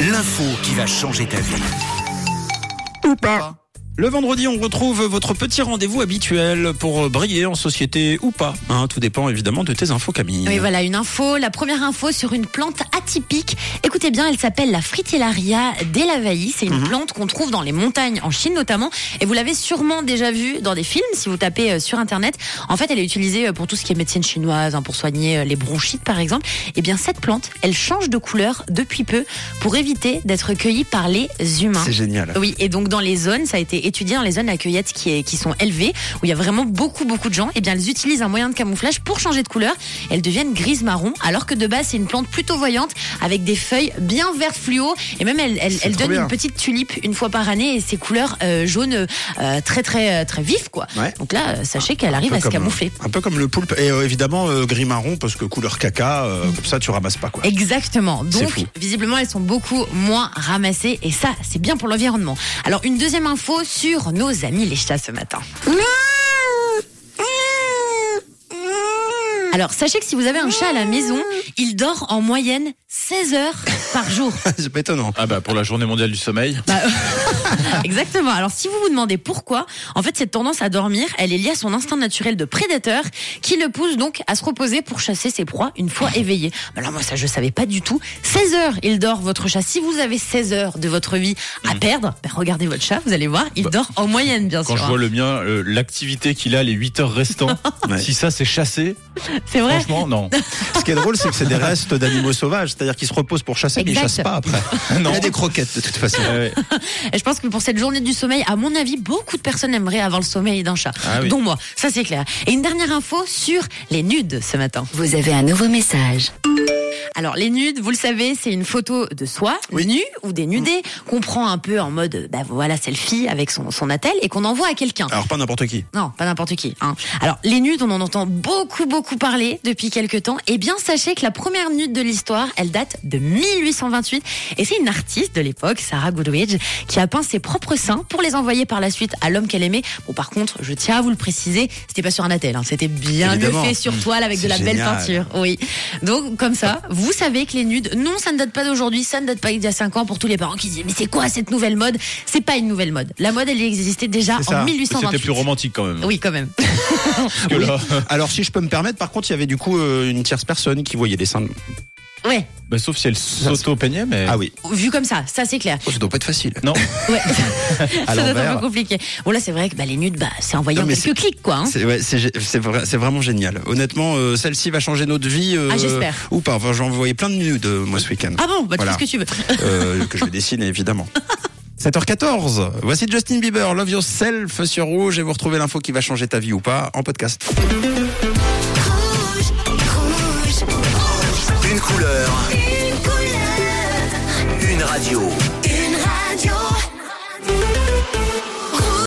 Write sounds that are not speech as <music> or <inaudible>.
L'info qui va changer ta vie. Ou pas. Le vendredi, on retrouve votre petit rendez-vous habituel pour euh, briller en société ou pas. hein. tout dépend évidemment de tes infos, Camille. Oui, voilà une info. La première info sur une plante atypique. Écoutez bien, elle s'appelle la Fritillaria delavayi. C'est une plante qu'on trouve dans les montagnes, en Chine notamment. Et vous l'avez sûrement déjà vue dans des films si vous tapez euh, sur Internet. En fait, elle est utilisée euh, pour tout ce qui est médecine chinoise, hein, pour soigner euh, les bronchites par exemple. Eh bien, cette plante, elle change de couleur depuis peu pour éviter d'être cueillie par les humains. C'est génial. Oui, et donc dans les zones, ça a été étudié dans les zones à cueillette qui, est- qui sont élevées, où il y a vraiment beaucoup, beaucoup de gens, et bien elles utilisent un moyen de camouflage pour changer de couleur. Elles deviennent grises marron, alors que de base, c'est une plante plutôt voyante, avec des feuilles bien vert fluo, et même elle, elle, C'est elle trop donne bien. une petite tulipe une fois par année, et ses couleurs euh, jaunes euh, très, très, euh, très vives, quoi. Ouais. Donc là, euh, sachez qu'elle arrive à se camoufler. Un peu comme le poulpe. Et euh, évidemment, euh, gris marron, parce que couleur caca, euh, comme ça, tu ramasses pas quoi. Exactement. C'est Donc, fou. visiblement, elles sont beaucoup moins ramassées et ça, c'est bien pour l'environnement. Alors, une deuxième info sur nos amis les chats ce matin. Alors, sachez que si vous avez un chat à la maison, il dort en moyenne 16 heures par jour. <laughs> C'est pas étonnant. Ah bah pour la journée mondiale du sommeil. <laughs> Exactement. Alors, si vous vous demandez pourquoi, en fait, cette tendance à dormir, elle est liée à son instinct naturel de prédateur qui le pousse donc à se reposer pour chasser ses proies une fois éveillé. Mais Alors, moi, ça, je savais pas du tout. 16 heures, il dort, votre chat. Si vous avez 16 heures de votre vie à perdre, ben, regardez votre chat, vous allez voir, il dort en moyenne, Mhm. bien Bah, Quand sûr. je vois le mien, euh, l'activité qu'il a les 8 heures restantes, <laughs> Ouais. si ça c'est chassé, <laughs> C'est vrai. franchement <laughs> non. Ce qui est drôle, c'est que c'est des restes d'animaux sauvages, c'est-à-dire qu'ils se reposent pour chasser, mais ils Exact. chassent pas Euh, après. Non. Il y a des croquettes de toute façon. Ouais. Et je pense que pour cette journée du sommeil, à mon avis, beaucoup de personnes aimeraient avoir le sommeil d'un chat. Ah oui. Dont moi. Ça, c'est clair. Et une dernière info sur les nudes ce matin. Vous avez un nouveau message. Alors les nudes, vous le savez, c'est une photo de soi, nu ou dénudé, qu'on prend un peu en mode, bah voilà, selfie avec son, son attel et qu'on envoie à quelqu'un. Alors pas n'importe qui. Non, pas n'importe qui. Hein. Alors, les nudes, on en entend beaucoup, beaucoup parler depuis quelques temps. Eh bien, sachez que la première nude de l'histoire, elle date de 1828. Et c'est une artiste de l'époque, Sarah Goodridge, qui a peint ses propres seins pour les envoyer par la suite à l'homme qu'elle aimait. Bon, par contre, je tiens à vous le préciser, c'était pas sur un attel. hein. C'était bien mieux Évidemment. fait sur toile avec de la C'est belle génial. peinture. Oui. Donc, comme ça, vous savez que les nudes, non, ça ne date pas d'aujourd'hui, ça ne date pas d'il y a 5 ans pour tous les parents qui disent, mais c'est quoi cette nouvelle mode C'est pas une nouvelle mode. La mode, elle existait déjà C'est ça. en C'était 1828. plus romantique quand même. Oui, quand même. Parce que là, Alors si je peux me permettre, par contre, il y avait du coup euh, une tierce personne qui voyait les seins. de- Ouais, bah, sauf si elle s'auto-peignait, mais Ah oui. vu comme ça, ça c'est clair. Oh, ça doit pas être facile. non. <laughs> Ouais. <laughs> ça doit être un l'envers. peu compliqué. Bon là c'est vrai que bah, les nudes, bah, c'est envoyé Non, en mais c'est- quelques clics quoi. hein. C'est ouais, c'est gé- c'est vrai- c'est vraiment génial. Honnêtement, euh, celle-ci va changer notre vie. euh, Ah, j'espère. Ou pas. Enfin, j'ai envoyé plein de nudes euh, moi ce week-end. Ah bon, bah, tu Voilà. fais ce que tu veux. Euh, que je vais dessiner évidemment. <laughs> 7h14, voici Justin Bieber, Love Yourself sur Rouge et vous retrouvez l'info qui va changer ta vie ou pas en podcast. Une couleur. Une radio.